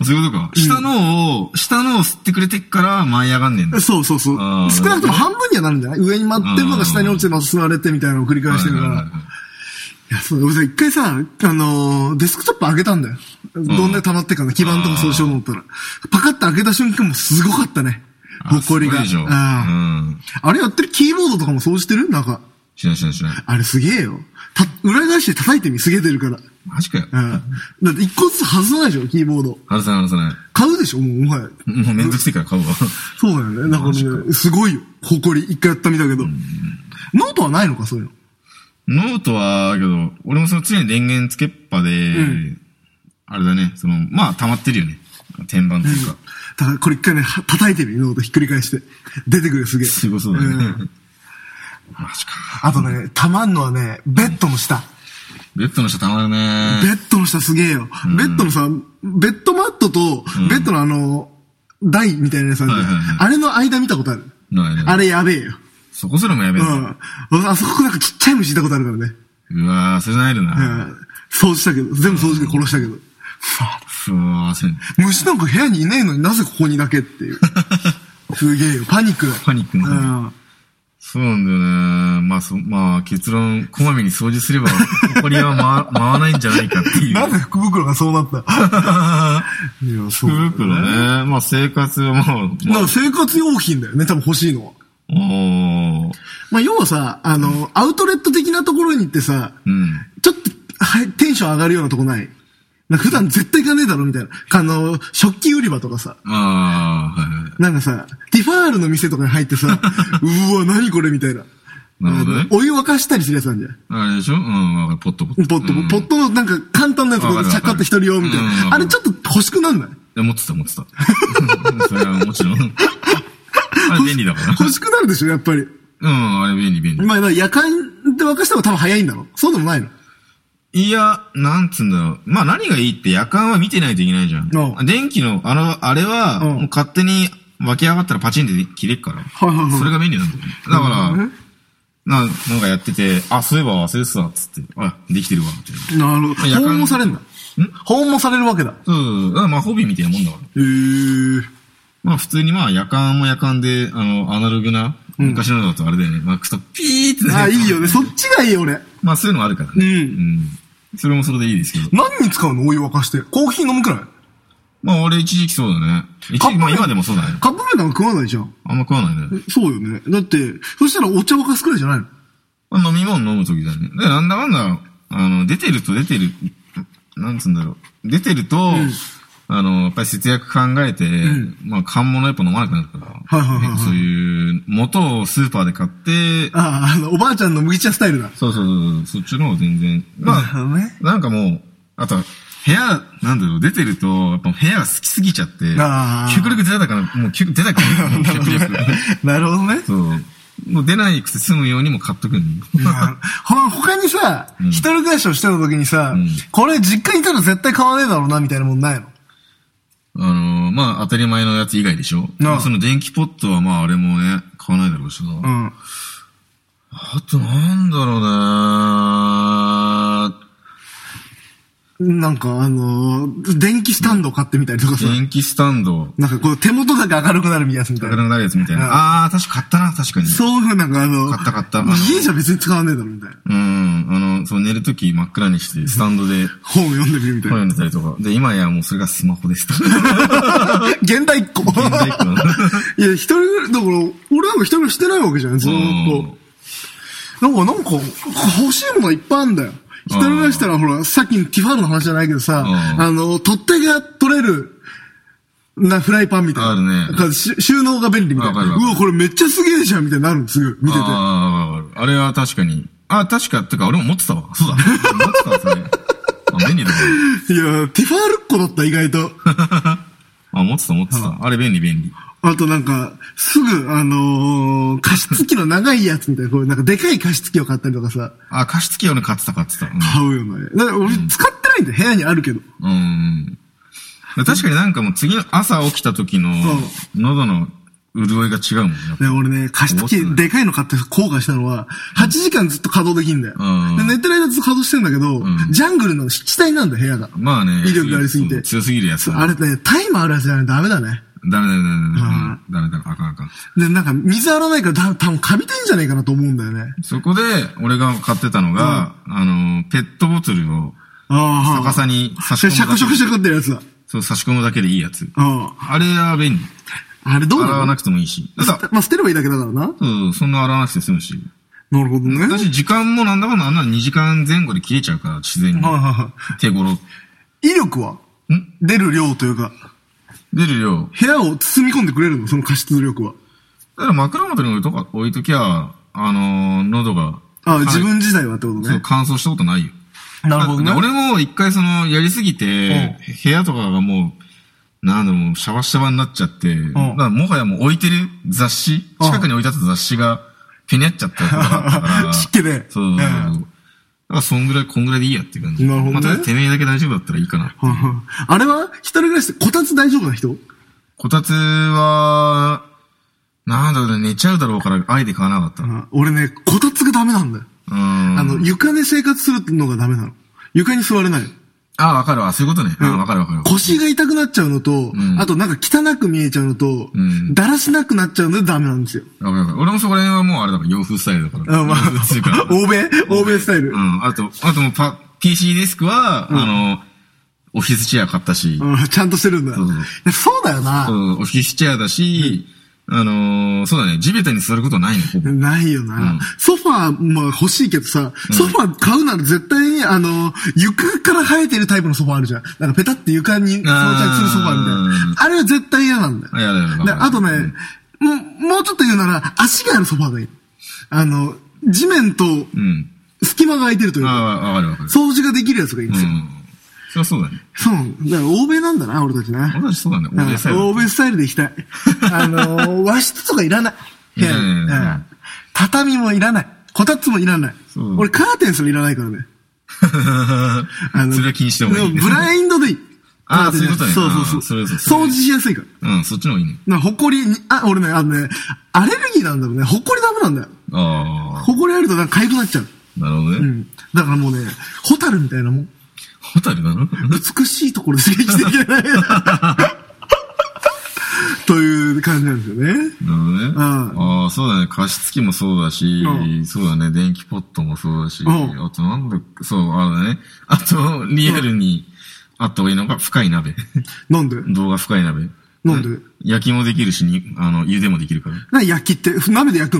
Speaker 2: そういうことか。下のを、下のを吸ってくれてっから舞い上がんねんだ。
Speaker 1: そうそうそう。
Speaker 2: あー
Speaker 1: 少なくとも半分にはなるんじゃない上に舞ってるのが下に落ちてまた吸われてみたいなのを繰り返してるか
Speaker 2: はい
Speaker 1: ら
Speaker 2: はい。はい
Speaker 1: いや、そう、俺さ、一回さ、あのーデスクトップ開けたんだよ。どんなに溜まってっかな、基盤とかそうしようと思ったら。パカッて開けた瞬間もうすごかったね。
Speaker 2: あ
Speaker 1: ほこりが。
Speaker 2: すごいでしょ。う
Speaker 1: あ
Speaker 2: ん。
Speaker 1: ーあれやってるキーボードとかもそうしてるなんか。
Speaker 2: しないしないしない。
Speaker 1: あれすげえよ。た、裏返して叩いてみ、すげえ出るから。
Speaker 2: マジかよ。
Speaker 1: うん。だって一個ずつ外さないでしょ、キーボード。
Speaker 2: 外さない外さない。
Speaker 1: 買うでしょ、もう、もはや。
Speaker 2: もうめんどくせえから買う わ。
Speaker 1: そうだよね。だからね、すごいよ。誇り、一回やったみたけど。ノートはないのか、そういうの。
Speaker 2: ノートは、けど、俺もその常に電源つけっぱで、
Speaker 1: ん
Speaker 2: あれだね、その、まあ溜まってるよね。天板というか。
Speaker 1: ただ、これ一回ね、は叩いてみ、ノートひっくり返して。出てくる、すげえ。
Speaker 2: すごそうだね。
Speaker 1: ん
Speaker 2: マジか。
Speaker 1: あとね、たまんのはね、ベッドの下。
Speaker 2: ベッドの下溜まる
Speaker 1: ベ
Speaker 2: ね。
Speaker 1: ッドの下すげえよ。ベッドのさ、ベッドマットと、ベッドのあの、台みたいなやつあるじゃん
Speaker 2: はいはいはい
Speaker 1: あれの間見たことある。
Speaker 2: ないね
Speaker 1: あれやべえよ。
Speaker 2: そこすらもやべえ
Speaker 1: う
Speaker 2: な。
Speaker 1: ん。あそこなんかちっちゃい虫いたことあるからね。
Speaker 2: うわー、それないる
Speaker 1: う
Speaker 2: な。
Speaker 1: ん。掃除したけど、全部掃除機で殺したけど。
Speaker 2: ふわー、せん。
Speaker 1: 虫なんか部屋にいねえのになぜここにだけって いう。すげえよ。パニックだよ。
Speaker 2: パニック
Speaker 1: う
Speaker 2: な。
Speaker 1: ん。
Speaker 2: そうなんだよね。まあ、そ、まあ、結論、こまめに掃除すれば、埃は 回、回らないんじゃないかっていう。
Speaker 1: なぜ福袋がそうなった いや、そう。
Speaker 2: 福袋ね。まあ、生活はもう、ま
Speaker 1: な
Speaker 2: あ、
Speaker 1: んか生活用品だよね、多分欲しいのは。
Speaker 2: おー、
Speaker 1: まあ、要はさ、あの、アウトレット的なところに行ってさ、
Speaker 2: うん。
Speaker 1: ちょっと、はい、テンション上がるようなとこない。なんか普段絶対行かねえだろ、みたいな。あの、食器売り場とかさ、
Speaker 2: ああ、はいはい。
Speaker 1: なんかさ、ティファールの店とかに入って さ、うわ、何これみたいな。
Speaker 2: なるほどね
Speaker 1: お湯沸かしたりするやつなんじゃん。
Speaker 2: あれでしょうん、わかるポットポット。
Speaker 1: ポット、
Speaker 2: うん
Speaker 1: ポットのなんか簡単なやつ、こ
Speaker 2: わ
Speaker 1: う
Speaker 2: かる
Speaker 1: ちゃっかって一人用みたい
Speaker 2: わかるうん
Speaker 1: な。あれちょっと欲しくなん ない
Speaker 2: いや持ってた、持ってた。 それはもちろん。あれ便利だから。
Speaker 1: 欲しくなるでしょ、やっぱり。
Speaker 2: うん、あれ便利、便利。
Speaker 1: まあ、だから夜間で沸かした方が多分早いんだろ。そうでもないの。
Speaker 2: いや、なんつうんだろう。まあ何がいいって夜間は見てないといけないじゃ。
Speaker 1: うん
Speaker 2: 電気の、あの、あれは、
Speaker 1: うん
Speaker 2: もう勝手に湧き上がったらパチンって切れっから。
Speaker 1: いはいはい
Speaker 2: それが便利なんだよね。だから、な、なんかやってて、あ、そういえば忘れてた、つって。あ、できてるわ、みたいな。
Speaker 1: なるほ
Speaker 2: 夜
Speaker 1: ど。
Speaker 2: 間
Speaker 1: 訪問されんだ。訪問されるわけだ。
Speaker 2: そうそうそうだからまあホビーみたいなもんだから。
Speaker 1: へー。
Speaker 2: まあ普通にまあ夜間も夜間で、あの、アナログな、昔のだとあれだよね。まあ、くとピーって
Speaker 1: あ、いい よね。そ
Speaker 2: そ
Speaker 1: っちがいいよ、俺。
Speaker 2: まあそういうのもあるからね。
Speaker 1: うん
Speaker 2: うんそれもそれでいいですけど。
Speaker 1: 何に使うのお湯沸かして。コーヒー飲むくらい
Speaker 2: まあ俺一時期そうだね。一時期、まあ今でもそうだね。
Speaker 1: カップ麺なんか食わないじゃん。
Speaker 2: あんま食わないね。
Speaker 1: そうよね。だって、そしたらお茶沸かすくらいじゃないの
Speaker 2: まあ飲み物飲む時だね。で、なんだかんだ、あの、出てると出てる、なんつうんだろう。出てると、あの、やっぱり節約考えて、まあ缶物やっぱ飲まなくなるから。
Speaker 1: はいはいはいはい
Speaker 2: そういう、元をスーパーで買って、
Speaker 1: ああ、あの、おばあちゃんの麦茶スタイルだ。
Speaker 2: そうそうそうそう、そっちの方が全然。ま
Speaker 1: なるほど
Speaker 2: あ、
Speaker 1: ね
Speaker 2: なんかもう、あとは、部屋、なんだろう、出てると、やっぱ部屋が好きすぎちゃって、
Speaker 1: あー
Speaker 2: 極力出たから、もう極力出たから、もう極 力。
Speaker 1: なるほどね。
Speaker 2: そう。もう出ないくて済むようにも買っとくんだ
Speaker 1: うんほ他にさ、一人暮らしをしてた時にさ、これ実家にいたら絶対買わねえだろうな、みたいなもんないの
Speaker 2: あのーまあ、当たり前のやつ以外でしょ
Speaker 1: なあ
Speaker 2: その電気ポットはまあ、あれもね、買わないだろうしさ。
Speaker 1: うん。
Speaker 2: あとなんだろうな
Speaker 1: なんかあのー電気スタンド買ってみたりとかさ、
Speaker 2: 電気スタンド、
Speaker 1: なんかこう手元だけ明るくなるやつみたい
Speaker 2: 高く
Speaker 1: な。
Speaker 2: なるやつみたいな
Speaker 1: う。ん
Speaker 2: あー、確か買ったな、確かに。
Speaker 1: そういうふうなんかあの、
Speaker 2: 買った買ったあの
Speaker 1: 家じゃ別に使わねえだろみたいな。
Speaker 2: うん。あの、そう、寝るとき真っ暗にして、スタンドで
Speaker 1: 本読んでみるみたいな。
Speaker 2: 本読んでたりとか。で、今やもうそれがスマホで すと。
Speaker 1: 現代っ子。
Speaker 2: 代っ 子
Speaker 1: いや、一人ぐらい、だから、俺なんか一人ぐらいしてないわけじゃないずーっと。なんか、なんか、欲しいものがいっぱいあんだよ。一人暮らししたら、ほら、さっきのティファールの話じゃないけどさ、
Speaker 2: うん
Speaker 1: あの、取っ手が取れる、な、フライパンみたいな。
Speaker 2: あるね
Speaker 1: だからし収納が便利みたいな。
Speaker 2: わかるわ
Speaker 1: う
Speaker 2: かる
Speaker 1: わ、これめっちゃすげえじゃんみたいになるの、すぐ、見てて。
Speaker 2: あーあれは確かに。あ、確か、てか俺も持ってたわ。そうだ。持ってたわ、そ れ。あ、便利だこ
Speaker 1: いや、ティファールっ子だった、意外と。
Speaker 2: れあ、持ってた、持ってた。あれ便利、便利。
Speaker 1: あとなんか、すぐ、あのー、加湿器の長いやつみたいな、こういうなんかでかい加湿器を買ったりとかさ、
Speaker 2: あ、加湿器俺買ってた、買ってた。うん
Speaker 1: 買うよね。だから俺使ってないんだよ、部屋にあるけど。
Speaker 2: うん。確かになんかもう次の朝起きた時の喉の潤いが違うもんね。
Speaker 1: で、俺ね、加湿器でかいの買って後悔したのは、8時間ずっと稼働できんだよ。
Speaker 2: うん
Speaker 1: で寝てる間ずっと稼働してんだけど、ジャングルの湿地帯なんだ、部屋が。
Speaker 2: まあね。
Speaker 1: 威力がありすぎて
Speaker 2: 強すぎるやつ。
Speaker 1: あれね、タイマーあるやつじゃないとダメだね。
Speaker 2: ダメだよ、ダメだよ、ダメだよ、ダメだよ、あかんあかん。
Speaker 1: で、なんか水洗わないからだ多分カビてんじゃないかなと思うんだよね。
Speaker 2: そこで、俺が買ってたのが、あの、ペットボトルを
Speaker 1: あ
Speaker 2: 逆さに差し
Speaker 1: シャ
Speaker 2: 込むだ
Speaker 1: ク
Speaker 2: け
Speaker 1: シャクシャクってやつだ。
Speaker 2: そう、差し込むだけでいいやつ。
Speaker 1: うん。
Speaker 2: あれは便利。
Speaker 1: あれどう
Speaker 2: 洗
Speaker 1: な
Speaker 2: わ
Speaker 1: の
Speaker 2: なくてもいいし。さ、
Speaker 1: まあ、捨てればいいだけだからな。
Speaker 2: そう、そんな洗わなくて済むし。
Speaker 1: なるほどね。はい
Speaker 2: 私、時間もなんだかんだ、あんな2時間前後で切れちゃうから、自然に。
Speaker 1: はいは
Speaker 2: 手頃。ん
Speaker 1: い。威力は出る量というか、
Speaker 2: 出る量。
Speaker 1: 部屋を包み込んでくれるのその加湿力は。
Speaker 2: だから枕元に置いとか、置いときゃ、あのー喉が。
Speaker 1: あ、
Speaker 2: はい
Speaker 1: 自分自体はってこと
Speaker 2: そう、
Speaker 1: ね。
Speaker 2: 乾燥したことないよ。
Speaker 1: なるほどね
Speaker 2: だって俺も一回その、やりすぎて、部屋とかがもう、なんだろう、シャバシャバになっちゃって、だからもはやもう置いてる雑誌、
Speaker 1: うん
Speaker 2: 近くに置いてあった雑誌が、ペニャっちゃったとか だったから。
Speaker 1: 湿気で
Speaker 2: そう。
Speaker 1: ええ
Speaker 2: だから、そんぐらい、こんぐらいでいいやっていう感じ。
Speaker 1: なるほどね
Speaker 2: まあ、とりあえずてめえだけ大丈夫だったらいいかな。
Speaker 1: うんうんあれは一人暮らしでこたつ大丈夫な人
Speaker 2: こたつは、なんだろうね、寝ちゃうだろうから、あえて買わなかった。
Speaker 1: あ俺ね、こたつがダメなんだよ。
Speaker 2: うん。
Speaker 1: あの、床で生活するのがダメなの。床に座れない。
Speaker 2: あ、わかるわ。そういうことね。うん、わかるわかる。
Speaker 1: 腰が痛くなっちゃうのと、あとなんか汚く見えちゃうのと、
Speaker 2: ん
Speaker 1: だらしなくなっちゃうのでダメなんですよ。
Speaker 2: わかるわかる俺もそこら辺はもうあれだから、洋風スタイルだから。
Speaker 1: うんまあ
Speaker 2: 洋風っていうか、
Speaker 1: 欧米、欧米スタイル。
Speaker 2: うん。あと、あともうパ、PC デスクは、あの、オフィスチェア買ったし、
Speaker 1: うんちゃんとしてるんだ。
Speaker 2: そうそう
Speaker 1: いやそうだよ
Speaker 2: そ
Speaker 1: な。
Speaker 2: うオフィスチェアだし、あのー、そうだね、地べたに座ることないの、ほぼ。
Speaker 1: ないよな、
Speaker 2: うん
Speaker 1: ソファーも欲しいけどさ、ソファー買うなら絶対に、あの、床から生えてるタイプのソファーあるじゃん。なんかペタって床に装着するソファーみたいな。あれは絶対嫌なんだよ。
Speaker 2: あ、やだやだ。
Speaker 1: で、あとね、もうもうちょっと言うなら、足があるソファーがいい。あの、地面と
Speaker 2: うん。
Speaker 1: 隙間が空いてるという
Speaker 2: あ
Speaker 1: か、
Speaker 2: あ、わかるわかる。
Speaker 1: 掃除ができるやつがいいん
Speaker 2: う
Speaker 1: ですよ。
Speaker 2: ん。そりゃそうだね。
Speaker 1: そうなんだ。だから欧米なんだな、俺たちな。
Speaker 2: 俺たちそうだね、
Speaker 1: うん
Speaker 2: 欧米スタイル。
Speaker 1: 欧米スタイルで行きたい。あのー、和室とかいらない。部屋に
Speaker 2: いらないいらない
Speaker 1: うん畳もいらない。こたつもいらない。
Speaker 2: う
Speaker 1: 俺カーテンすらいらないからね。あの
Speaker 2: それは気にしてもいいね
Speaker 1: ブラインドでいい。
Speaker 2: あー
Speaker 1: カーテンじゃなくて
Speaker 2: そういうことね
Speaker 1: そう
Speaker 2: あーそ
Speaker 1: そう
Speaker 2: れ
Speaker 1: そ。
Speaker 2: そう
Speaker 1: 掃
Speaker 2: うそれ
Speaker 1: 除しやすいから。
Speaker 2: うん、そっちの方がいいね。
Speaker 1: な、ほこりに、あ、俺ね、あのね、アレルギーなんだろうね。ほこりダメなんだよ。
Speaker 2: あ
Speaker 1: ほこりあるとなんか痒くなっちゃう。
Speaker 2: あ、なるほど
Speaker 1: う
Speaker 2: ね。
Speaker 1: ん。だからもうね、ホタルみたいなもん。
Speaker 2: ホタルなの
Speaker 1: 美しいところで生きていけない。 という感じなんですよね。
Speaker 2: なるほどね。
Speaker 1: ん
Speaker 2: ああ、そうだね。加湿器もそうだし、
Speaker 1: うん
Speaker 2: そうだね。電気ポットもそうだし、
Speaker 1: ん
Speaker 2: あとなんだ、そう、あれだね。あと、リアルに、あった方がいいのが深い鍋。
Speaker 1: なんで
Speaker 2: 動画深い鍋。
Speaker 1: なんで
Speaker 2: 焼きもできるし、にあの、茹でもできるから。
Speaker 1: な焼きって、鍋で焼く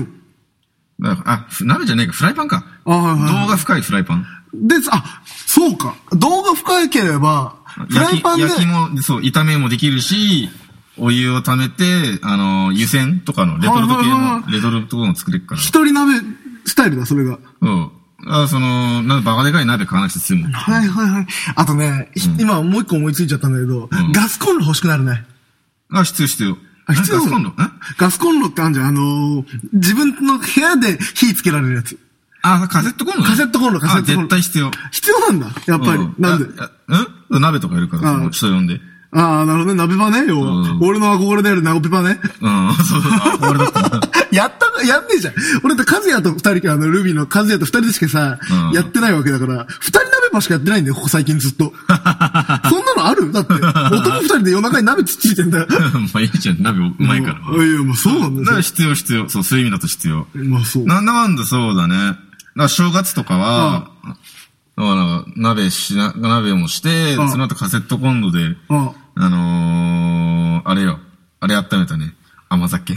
Speaker 1: の
Speaker 2: だからあ、ふ鍋じゃねえか、フライパンか。
Speaker 1: あはいはい
Speaker 2: 動画深いフライパン。
Speaker 1: で、あ、そうか。動画深ければ、フライパンで、
Speaker 2: 焼き焼きも、そう、炒めもできるし、お湯を溜めて、あの、湯煎とかのレトルト系
Speaker 1: はいはいは
Speaker 2: の、レトルトの作れるから。
Speaker 1: 一人鍋スタイルだ、それが。
Speaker 2: うん。あ、その、なんかバカでかい鍋買わなくて済む。
Speaker 1: はいはいはい。あとね、ひ今もう一個思いついちゃったんだけど、ガスコンロ欲しくなるね。
Speaker 2: あ、必要必要。
Speaker 1: あ必要
Speaker 2: ガスコンロん
Speaker 1: ガスコンロってあるじゃん。あのー自分の部屋で火つけられるやつ。
Speaker 2: あ、カセットコンロね
Speaker 1: カセットコンロカセットコンロ
Speaker 2: あ絶対必要。
Speaker 1: 必要なんだ、やっぱり。
Speaker 2: う
Speaker 1: なんで
Speaker 2: ああうん鍋とかいるから、
Speaker 1: あ
Speaker 2: その人呼んで。
Speaker 1: あああ、なるほどね。鍋場ね、要は。
Speaker 2: うん
Speaker 1: 俺の憧れである鍋場ね。
Speaker 2: うん、そうそう、あ俺だったな。
Speaker 1: やったか、やんねえじゃん。俺ってカズヤと二人、あの、ルビーのカズヤと二人でしかさ、
Speaker 2: うん
Speaker 1: やってないわけだから、二人鍋場しかやってないんだよ、ここ最近ずっ と。そんなのあるだって、男二人で夜中に鍋つっついてんだよ。
Speaker 2: まあいいじゃん、鍋うまいから。
Speaker 1: うんいやいや、まあそうなん
Speaker 2: だ
Speaker 1: だ
Speaker 2: から
Speaker 1: よ。
Speaker 2: 必要必要。そう、そういう意味だと必要。
Speaker 1: まあそう。
Speaker 2: なんだかんだそうだね。だから正月とかは、だから鍋しな、鍋もして、
Speaker 1: うん
Speaker 2: その後カセットコンロで、
Speaker 1: うん
Speaker 2: あのー、あれよ。あれ温めたね。甘酒。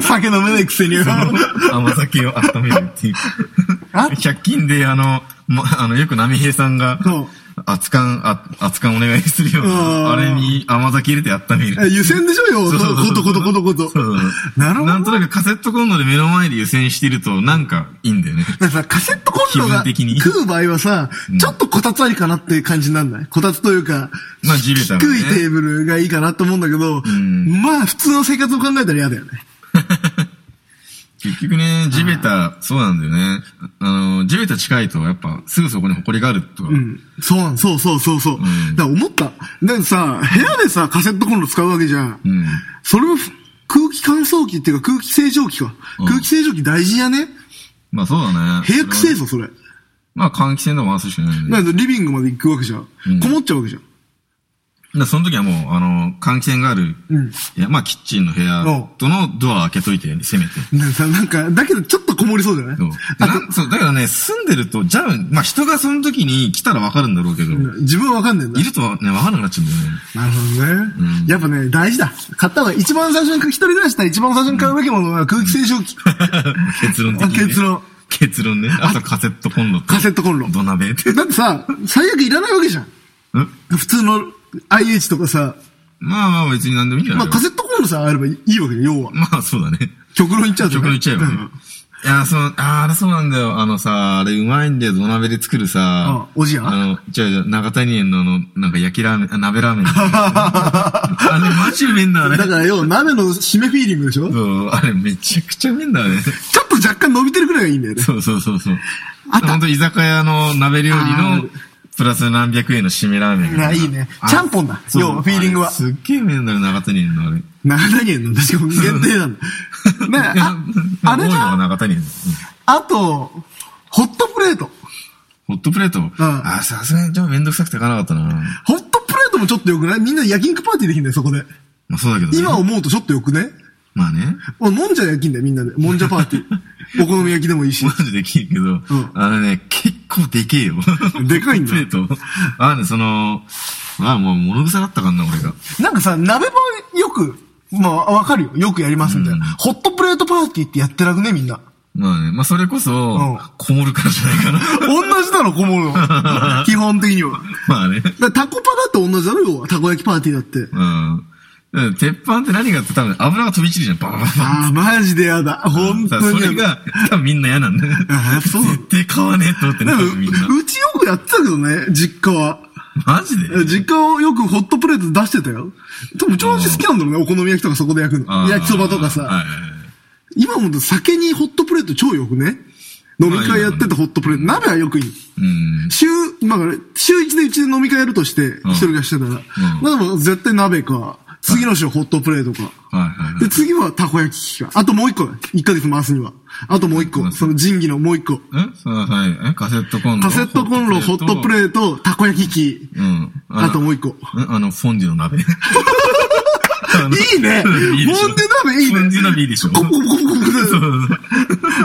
Speaker 1: 酒飲めないくせに。
Speaker 2: 甘酒を温めるっていう。
Speaker 1: あ
Speaker 2: 100均で、あの、ま、あの、よく波平さんが
Speaker 1: うん、
Speaker 2: 熱燗、あ熱燗お願いするよう
Speaker 1: うん
Speaker 2: な、あれに甘酒入れて温める。
Speaker 1: 湯煎でしょよ、
Speaker 2: そうそうそ
Speaker 1: こ
Speaker 2: う
Speaker 1: とことことこと
Speaker 2: そうそうそう
Speaker 1: なるほど
Speaker 2: なんとなくカセットコンロで目の前で湯煎してると、なんかいいん だよね。
Speaker 1: なんかさ、カセットコンロが
Speaker 2: 気分的に
Speaker 1: 食う場合はさ、ちょっとこたつありかなって感じになんないこたつというか、
Speaker 2: まあ地べたのね
Speaker 1: 低いテーブルがいいかなと思うんだけど、
Speaker 2: ん
Speaker 1: まあ普通の生活を考えたら嫌だよね。
Speaker 2: 結局ね、地べた、そうなんだよね。あの、地べた近いと、やっぱ、すぐそこに埃があるとか。
Speaker 1: うん。そうなん、そうそうそうそう。
Speaker 2: ん
Speaker 1: だから思った。だってさ、部屋でさ、カセットコンロ使うわけじゃん。
Speaker 2: うん
Speaker 1: それをふ空気乾燥機っていうか空気清浄機か。
Speaker 2: うん
Speaker 1: 空気清浄機大事やね。
Speaker 2: まあそうだね。
Speaker 1: 部屋くせえぞ、それ。
Speaker 2: まあ換気扇とか回すしかないんで。だ
Speaker 1: な
Speaker 2: か
Speaker 1: んかリビングまで行くわけじゃん。
Speaker 2: うん
Speaker 1: こもっちゃうわけじゃん。
Speaker 2: らその時はもう、あの、換気扇がある、
Speaker 1: うん
Speaker 2: いや、まあキッチンの部屋とのドア開けといて、せめて。
Speaker 1: なんかさ、なんか、だけどちょっとこもりそうじゃない
Speaker 2: そう
Speaker 1: あ
Speaker 2: なそう、だからね、住んでると、じゃあ、まあ人がその時に来たらわかるんだろうけど、
Speaker 1: と、自分はわかんねえんだ
Speaker 2: い。るとね、わかんなくなっちゃうんだよね。
Speaker 1: なるほどね。やっぱね、大事だ。買ったのが一番最初に、一人暮らししたら一番最初に買うべきものは空気清浄 機。
Speaker 2: 結論的に、ね。
Speaker 1: 結論。
Speaker 2: 結論ね。あとカセットコンロと
Speaker 1: カセットコンロ
Speaker 2: 土鍋って。
Speaker 1: だってさ、最悪いらないわけじゃん。
Speaker 2: うん
Speaker 1: 普通の IH とかさ、
Speaker 2: まあまあ別に何でもいいんじゃ
Speaker 1: ま
Speaker 2: ない
Speaker 1: あカセットコンロさえあればいいわけよ、要は。
Speaker 2: まあそうだね。
Speaker 1: 極論言っちゃうとね
Speaker 2: 曲の言っちゃえばね。いや、その、あーあれそうなんだよ。あのさ、あれうまいんだよ、土鍋で作るさ。
Speaker 1: うんおじや
Speaker 2: あの、じゃじゃ長谷園のあの、なんか焼きラーメン、あ鍋 ラーメン。あれマジうめえんだ、あ
Speaker 1: うん
Speaker 2: れ。
Speaker 1: だから要は鍋の締めフィーリングでしょちょ
Speaker 2: そう、あれめちゃくちゃうめえんだ、あれ。
Speaker 1: っと若干伸びてるくらいがいいんだよね。
Speaker 2: そうそうそうそう。
Speaker 1: あと
Speaker 2: ほんと居酒屋の鍋料理
Speaker 1: あ
Speaker 2: の、プラス何百円の締めラーメン
Speaker 1: あいいね
Speaker 2: あ
Speaker 1: ちゃんぽんだ
Speaker 2: そう
Speaker 1: 要はフィーリングは
Speaker 2: あれすっげえうめえんだよ、長谷園のあれ。
Speaker 1: 長谷園の確か限定なん だ。ねあ、あれ
Speaker 2: 多いのが
Speaker 1: が、
Speaker 2: 長谷園。うん
Speaker 1: あと、ホットプレート。
Speaker 2: ホットプレートあー、さすがにちょっとめんどくさくて買わなかったな。
Speaker 1: ホットプレートもちょっと良くないみんなで焼肉パーティーできんだよ、そこで。
Speaker 2: まあそうだけどね。
Speaker 1: 今思うとちょっと良くね
Speaker 2: まあね。
Speaker 1: もんじゃ焼きんだよ、みんなで。もんじゃパーティー。 お好み焼きでもいいし
Speaker 2: マ。ジできるけど、
Speaker 1: ん
Speaker 2: あのね、結構でけ えよ。
Speaker 1: でかいんだ
Speaker 2: プレート。あのね、その、あもう物臭だったからな、俺が。
Speaker 1: なんかさ、鍋もよく、まあ、わかるよ。よくやりますみたいな。ホットプレートパーティーってやってなくね、みんな。
Speaker 2: まあね、まあそれこそ、
Speaker 1: ん
Speaker 2: こもるからじゃないかな。
Speaker 1: 同じだろ、こもる の。基本的には。
Speaker 2: まあね。
Speaker 1: だからタコパだって同じだろ、要はたこ焼きパーティーだって。
Speaker 2: うん。だから鉄板って何がって多分油が飛び散るじゃん、ババババ。
Speaker 1: ああ、マジでやだ。本
Speaker 2: さ
Speaker 1: 当
Speaker 2: そ
Speaker 1: にや
Speaker 2: れ
Speaker 1: だ。
Speaker 2: が、多分みんな嫌なんだよ。
Speaker 1: あやっぱそう
Speaker 2: 絶対買わねえと思ってね、
Speaker 1: で
Speaker 2: 多
Speaker 1: も
Speaker 2: 分みんな。
Speaker 1: うちよくやってたけどね、実家は。
Speaker 2: マジで
Speaker 1: 実家をよくホットプレート出してたよ。多分、調子好きなんだろうね、お好み焼きとかそこで焼く
Speaker 2: あ
Speaker 1: の。
Speaker 2: ー
Speaker 1: 焼きそばとかさ。
Speaker 2: はいはい
Speaker 1: 今も酒にホットプレート超よくね飲み会やってたホットプレート。鍋はよくいい。
Speaker 2: うん。
Speaker 1: 週、まあ、週一でうちで飲み会やるとして、一人がしてたら。まあでも絶対鍋か。次の週ホットプレートか。
Speaker 2: はいはいはい
Speaker 1: で、次はたこ焼き器か。あともう一個。一ヶ月回すには。あともう一個。その仁義のもう一個。
Speaker 2: えそうはい。えカセットコンロ。
Speaker 1: カセットコンロ、ホットプ
Speaker 2: ー
Speaker 1: レート、たこ焼き器。
Speaker 2: ト。うん。
Speaker 1: あともう一個。
Speaker 2: んあの、フォンデュの 鍋。い
Speaker 1: いいね フォンデ
Speaker 2: でしょ
Speaker 1: 鍋いいね
Speaker 2: フォンデュ鍋いいでしょ。
Speaker 1: ココココココ
Speaker 2: そうそうそう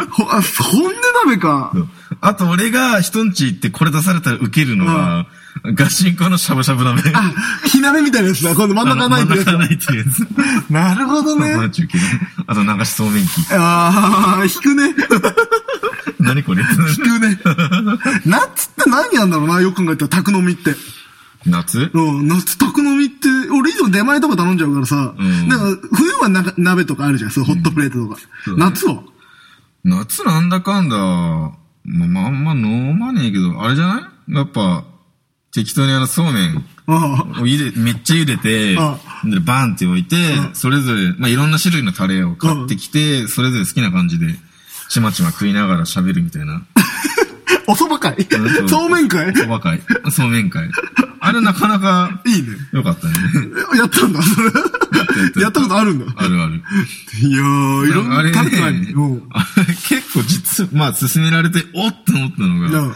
Speaker 1: ほ、あ、ほんで鍋か。
Speaker 2: あと俺が人んち行ってこれ出されたらウケるのが、ガシンコのしゃぶしゃぶ鍋。
Speaker 1: あ、火鍋みたいなやつだ。今度真ん中
Speaker 2: あの
Speaker 1: ないって
Speaker 2: 真ん
Speaker 1: やつ
Speaker 2: 中
Speaker 1: だ
Speaker 2: ないっていうやつ。
Speaker 1: なるほどね。
Speaker 2: まあ中継ねあと流しそうめん機。
Speaker 1: ああ、引くね。
Speaker 2: 何これ
Speaker 1: 引くね。夏って何やんだろうな、よく考えたら、宅飲みって。
Speaker 2: 夏
Speaker 1: うん、夏宅飲みって、俺いつも出前とか頼んじゃうからさ、
Speaker 2: うん
Speaker 1: だから冬はなんか鍋とかあるじゃん、そうホットプレートとか。夏は
Speaker 2: 夏なんだかんだ、まあまああんま飲まねえけど、あれじゃないやっぱ、適当にあのそうめん。
Speaker 1: ああ、
Speaker 2: を茹で、めっちゃ茹でて、
Speaker 1: う
Speaker 2: でバーンって置いて、それぞれ、まあ、いろんな種類のタレを買ってきて、それぞれ好きな感じで、ちまちま食いながら喋るみたいな。
Speaker 1: お蕎麦会
Speaker 2: う ん
Speaker 1: そうめん会
Speaker 2: そうばかい。そうめん会。あれなかなか、
Speaker 1: いいね。
Speaker 2: よかっ たね。
Speaker 1: えやったんだ、それ。やったことあるんだ。
Speaker 2: あるある。
Speaker 1: いやー、いろん
Speaker 2: あれ
Speaker 1: な、
Speaker 2: ね、
Speaker 1: 確かに。うん。
Speaker 2: あれ結構実、まあ、勧められて、おっと思ったの
Speaker 1: うん
Speaker 2: が、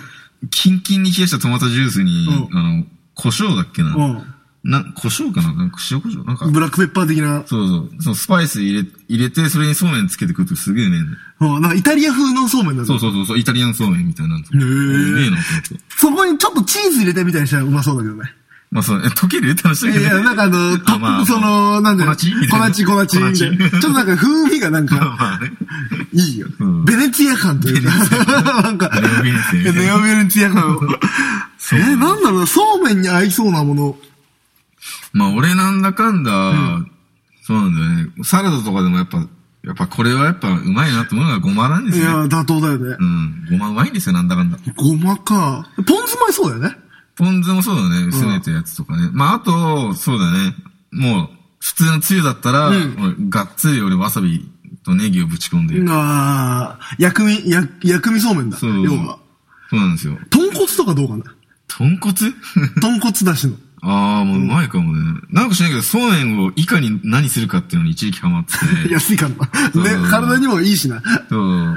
Speaker 2: キンキンに冷やしたトマトジュースに
Speaker 1: う、ん
Speaker 2: あの、胡椒だっけな
Speaker 1: うん。
Speaker 2: な、胡椒かななんか塩胡椒なんか、
Speaker 1: ブラックペッパー的な。
Speaker 2: そうそう。そのスパイス入れ、入れて、それにそうめんつけて食うとすげえね。
Speaker 1: うん。なんかイタリア風のそうめんだ
Speaker 2: そう
Speaker 1: ぞ。
Speaker 2: そうそうそう、イタリアンそうめんみたいなのとか。
Speaker 1: へえ
Speaker 2: うめえなと思って。
Speaker 1: そこにちょっとチーズ入れてみたりしたらうまそうだけどね。
Speaker 2: まあそう、え、溶けるって話だけ
Speaker 1: い
Speaker 2: ど
Speaker 1: や、
Speaker 2: ね。
Speaker 1: なんかあの、
Speaker 2: あまあ
Speaker 1: その、なんだよ。
Speaker 2: 粉チみたいな
Speaker 1: 粉チ、粉チみたいな。ちょ
Speaker 2: 粉チ
Speaker 1: っとなんか風味がなん
Speaker 2: まあ
Speaker 1: か、
Speaker 2: まあね。
Speaker 1: いいよ
Speaker 2: うん。
Speaker 1: ベネツィア感というか。なんか、
Speaker 2: ネオベネツィアみたい
Speaker 1: ネオベネツィア感。
Speaker 2: そう
Speaker 1: え、なんだろう、そうめんに合いそうなもの。
Speaker 2: まあ俺なんだかんだ、そうなんだよね。サラダとかでもやっぱ、やっぱこれはやっぱうまいなと思うのはごまなんです
Speaker 1: い
Speaker 2: よ。
Speaker 1: や、妥当だよね
Speaker 2: う。ん。ごまうまいんですよ、なんだかんだ。
Speaker 1: ごまか。ポン酢も合いそうだよね。
Speaker 2: ポン酢もそうだね。薄めたやつとかね。まあ、あと、そうだね。もう、普通のつゆだったら、
Speaker 1: うん
Speaker 2: もうがっつり俺わさびとネギをぶち込んで。
Speaker 1: ああ、薬味、や薬味そうめんだ。
Speaker 2: そう。
Speaker 1: 要は。
Speaker 2: そうなんですよ。
Speaker 1: 豚骨とかどうかな
Speaker 2: 豚骨
Speaker 1: 豚骨だしの。
Speaker 2: ああ、もううまいかもね。なんかしないけど、そうめんをいかに何するかっていうのに一時期ハマって て。
Speaker 1: 安いからな。
Speaker 2: そう
Speaker 1: ね、体にもいいしな。
Speaker 2: そう。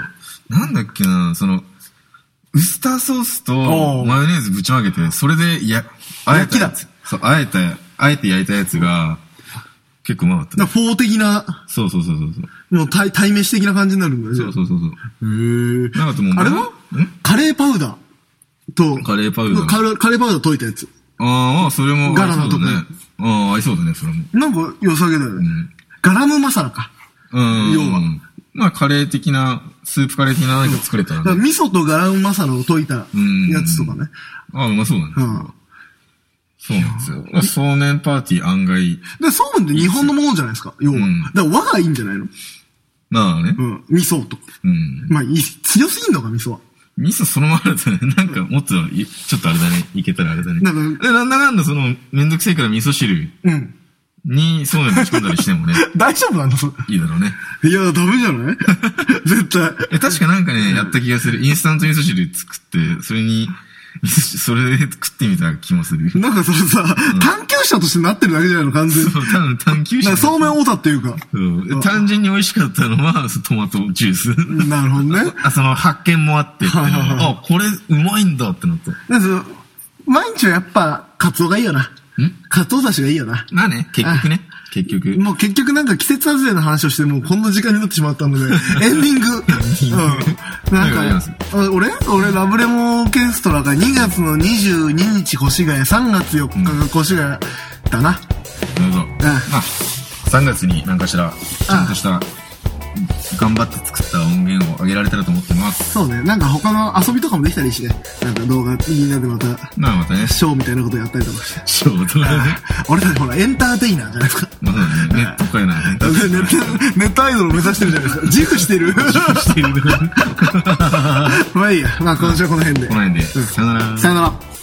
Speaker 2: なんだっけな、その、ウスターソースと
Speaker 1: おう
Speaker 2: マヨネーズぶちまけて、それで、や、あえたや
Speaker 1: 焼
Speaker 2: つ。そう、あえた、あえて焼いたやつが、結構うまかった、
Speaker 1: な
Speaker 2: ね。
Speaker 1: フォー的な、
Speaker 2: そうそうそうそうそう。
Speaker 1: もう対、対飯的な感じになるんだよね。
Speaker 2: そうそうそうそう。
Speaker 1: へー
Speaker 2: なんかでも
Speaker 1: あれ
Speaker 2: ん
Speaker 1: はカレーパウダーと、
Speaker 2: カレーパウダー
Speaker 1: カレカレーパウダー溶いたやつ。
Speaker 2: ああ、それも、
Speaker 1: ガラのとこ
Speaker 2: ありそうだね。ああ、合いそうだね、それも。
Speaker 1: なんか良さげだよね。
Speaker 2: うん。
Speaker 1: ガラムマサラか。
Speaker 2: うん。
Speaker 1: 要は
Speaker 2: まあ、カレー的な、スープカレー的な何か作れた
Speaker 1: だ
Speaker 2: ら
Speaker 1: から
Speaker 2: ね。
Speaker 1: 味噌とガラムマサラを溶いた
Speaker 2: うん
Speaker 1: やつとかね。
Speaker 2: ああ、うまそうだね。
Speaker 1: うん。
Speaker 2: そうなんですよ。まあそうめんパーティー案外、
Speaker 1: で、そうめんって日本のものじゃないですか、要は。
Speaker 2: うん
Speaker 1: だから和がいいんじゃないの
Speaker 2: まあね
Speaker 1: う。ん。味噌とか。
Speaker 2: うん。
Speaker 1: まあ、いい強すぎんのか、味噌は。
Speaker 2: 味噌そのままだとね、 なんかもっとい、ちょっとあれだね、いけたらあれだね。
Speaker 1: なん
Speaker 2: でなんだかんだその、めんどくせえから味噌汁
Speaker 1: うん。
Speaker 2: にそうめんぶち込んだりしてもね、
Speaker 1: 大丈夫なのそれ
Speaker 2: いいだろうね。
Speaker 1: いや、ダメじゃない 絶対。
Speaker 2: え、確かなんかね、やった気がする。インスタント味噌汁作って、それに、 味噌汁それで食ってみた気もする。
Speaker 1: なんかそれさ、探求者としてなってるだけじゃないの、完全に。
Speaker 2: そう、多分探求
Speaker 1: なん
Speaker 2: 者。
Speaker 1: かそうめんオータっていうか。
Speaker 2: うんで単純に美味しかったのは、 そトマトジュー ス。
Speaker 1: なるほどね。
Speaker 2: あ、その発見もあってっていうの
Speaker 1: はいはいは
Speaker 2: あ、これうまいんだってなった。
Speaker 1: だからその毎日はやっぱ、カツオがいいよな。カツオだしがいいよな。
Speaker 2: まあね、結局ね。結局。
Speaker 1: もう結局なんか季節外れの話をしてもうこんな時間になってしまったので、エンディング。うん。
Speaker 2: ありがとうござい
Speaker 1: な
Speaker 2: ま
Speaker 1: ん
Speaker 2: す
Speaker 1: か、あ俺俺ラブレモンオーケストラが2月の22日越谷、3月4日が越谷だな。
Speaker 2: なるほど。まあ、3月に何かしら、ちゃんとした、頑張って作った音源を上げられたらと思ってます。
Speaker 1: そうね。なんか他の遊びとかもできたりして、なんか動画みんなでまた、
Speaker 2: まあまた ね、
Speaker 1: ショーみたいなことやったりとかして。
Speaker 2: ショートだね。
Speaker 1: 俺たちほらエンターテイナーじゃないですか。
Speaker 2: まあね、ネット界のネット
Speaker 1: ネッ ト、ネットアイドルを目指してるじゃないですか。自負してる。
Speaker 2: してる。
Speaker 1: まあいいや。まあ今週はこの辺で
Speaker 2: こ。の辺で、さよなら。
Speaker 1: さよなら。